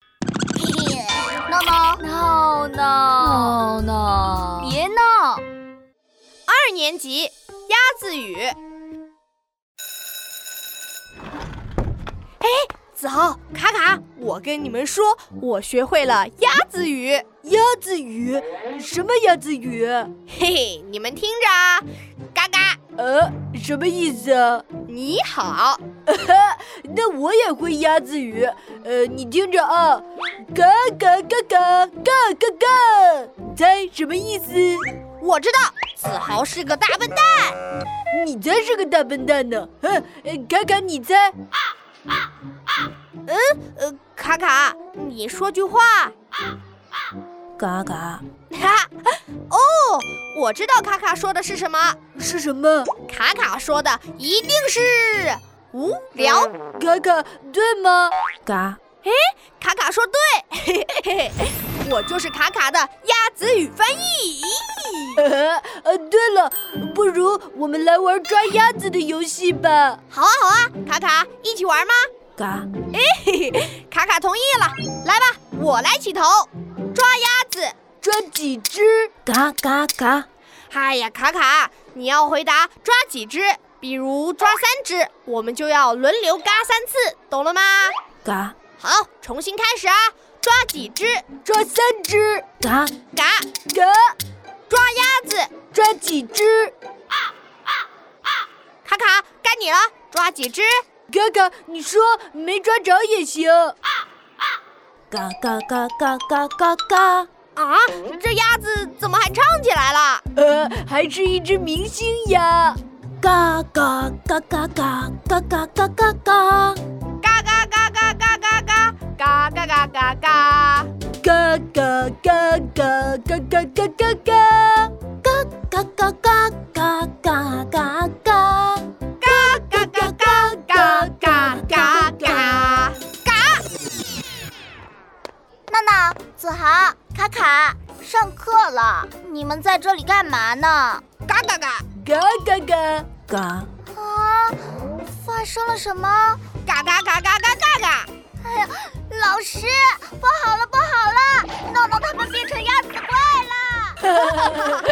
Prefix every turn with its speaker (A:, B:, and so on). A: 年级鸭子语。哎，子豪、卡卡，我跟你们说，我学会了鸭子语。
B: 鸭子语，什么鸭子语？
A: 嘿嘿，你们听着啊，嘎嘎，
B: 呃，什么意思啊？
A: 你好，
B: 那我也会鸭子语，呃，你听着啊，嘎嘎嘎嘎嘎嘎嘎，猜什么意思？
A: 我知道，子豪是个大笨蛋。
B: 你才是个大笨蛋呢！哼，呃卡卡，你猜？
A: 呃，卡卡，你说句话。
C: 嘎嘎，
A: 哈，哦，我知道卡卡说的是什么。
B: 是什么？
A: 卡卡说的一定是无聊。
B: 卡卡，对吗？
C: 嘎
A: 卡卡说对，嘿嘿嘿，我就是卡卡的鸭子语翻译。
B: 呃，呃，对了，不如我们来玩抓鸭子的游戏吧。
A: 好啊好啊，卡卡一起玩吗？
C: 嘎
A: 卡卡同意了，来吧，我来起头，抓鸭子。
B: 抓几只？
C: 嘎嘎嘎
A: 哎呀，卡卡，你要回答抓几只，比如抓三只，我们就要轮流嘎三次，懂了吗？
C: 嘎
A: 好，重新开始啊，抓几只，
B: 抓三只。
C: 嘎
A: 嘎，
B: 嘎，
A: 抓鸭子。
B: 抓几只？
A: 卡卡，该你了，抓几只？
B: 嘎嘎，你说没抓着也行。
C: 嘎嘎嘎嘎嘎嘎嘎，
A: 啊，这鸭子怎么还唱起来了？
B: 呃，还是一只明星鸭。
C: 嘎嘎嘎嘎嘎嘎嘎嘎嘎嘎，
A: 嘎嘎嘎嘎嘎嘎嘎嘎嘎嘎嘎嘎。
B: 嘎嘎嘎嘎嘎嘎嘎嘎嘎。
C: 嘎嘎嘎嘎嘎嘎嘎，
A: 嘎嘎嘎嘎嘎嘎嘎。
D: 娜娜、子豪、卡卡，上课了，你们在这里干嘛呢？
A: 嘎嘎嘎
B: 嘎嘎嘎，
C: 嘎
D: 啊，发生了什么？
A: 嘎嘎嘎嘎嘎嘎嘎。
D: 老师，不好了，不好了，闹闹他们变成鸭子怪了！